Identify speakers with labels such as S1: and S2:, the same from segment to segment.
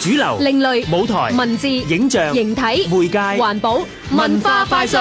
S1: 主流、
S2: 另類
S1: 舞台、
S2: 文字、
S1: 影像、
S2: 形體、
S1: 媒介、
S2: 環保、文化快訊。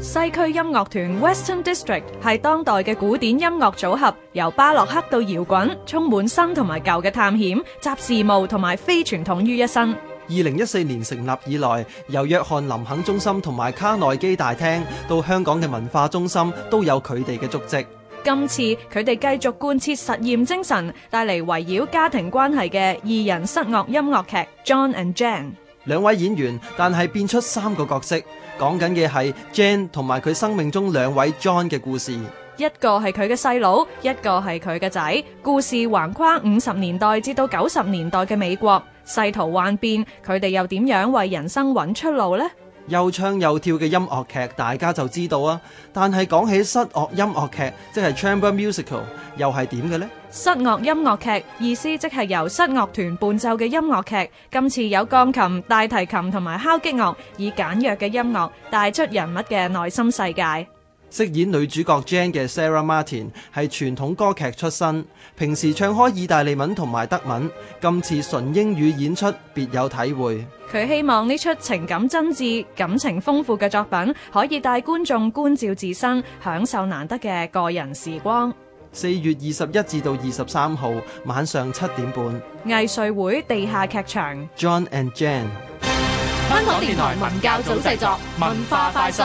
S3: 西區音樂團 Western District 係當代嘅古典音樂組合，由巴洛克到搖滾，充滿新同埋舊嘅探險、集事務同埋非傳統於一身。
S4: 二零一四年成立以來，由約翰林肯中心同埋卡內基大廳到香港嘅文化中心，都有佢哋嘅足跡。
S3: 今次佢哋繼續貫徹實驗精神，帶嚟圍繞家庭關係嘅二人室樂音樂劇《John and Jan》。
S4: 兩位演員，但係變出三個角色，講緊嘅係 Jan 同埋佢生命中兩位 John 嘅故事。
S3: 一個係佢嘅細佬，一個係佢嘅仔。故事橫跨五十年代至到九十年代嘅美國，世途幻變，佢哋又點樣為人生揾出路呢？
S4: 又唱又跳嘅音樂劇，大家就知道啊。但係講起室樂音樂劇，即係 chamber musical，又係點嘅呢？
S3: 室樂音樂劇意思即係由室樂團伴奏嘅音樂劇，今次有鋼琴、大提琴同埋敲擊樂，以簡約嘅音樂帶出人物嘅內心世界。
S4: 飾演女主角 Jan 嘅 Sarah Martin 係傳統歌劇出身，平時唱開意大利文同埋德文，今次純英語演出別有體會。
S3: 佢希望呢出情感真摯、感情豐富嘅作品，可以帶觀眾觀照自身，享受難得嘅個人時光。
S4: 四月二十一至到二十三號晚上七點半
S3: 藝穗會地下劇場。
S4: ，John and Jan。
S2: 香港電台文教組製作，文化快訊。